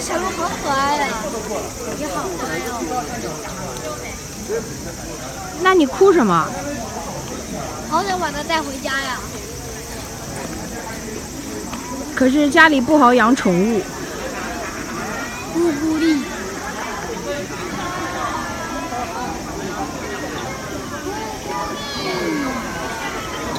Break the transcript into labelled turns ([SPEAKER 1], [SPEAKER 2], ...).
[SPEAKER 1] 小鹿好可爱啊！你好乖哦。
[SPEAKER 2] 那你哭什么？
[SPEAKER 1] 好想把它带回家呀！
[SPEAKER 2] 可是家里不好养宠物。
[SPEAKER 1] 不孤立。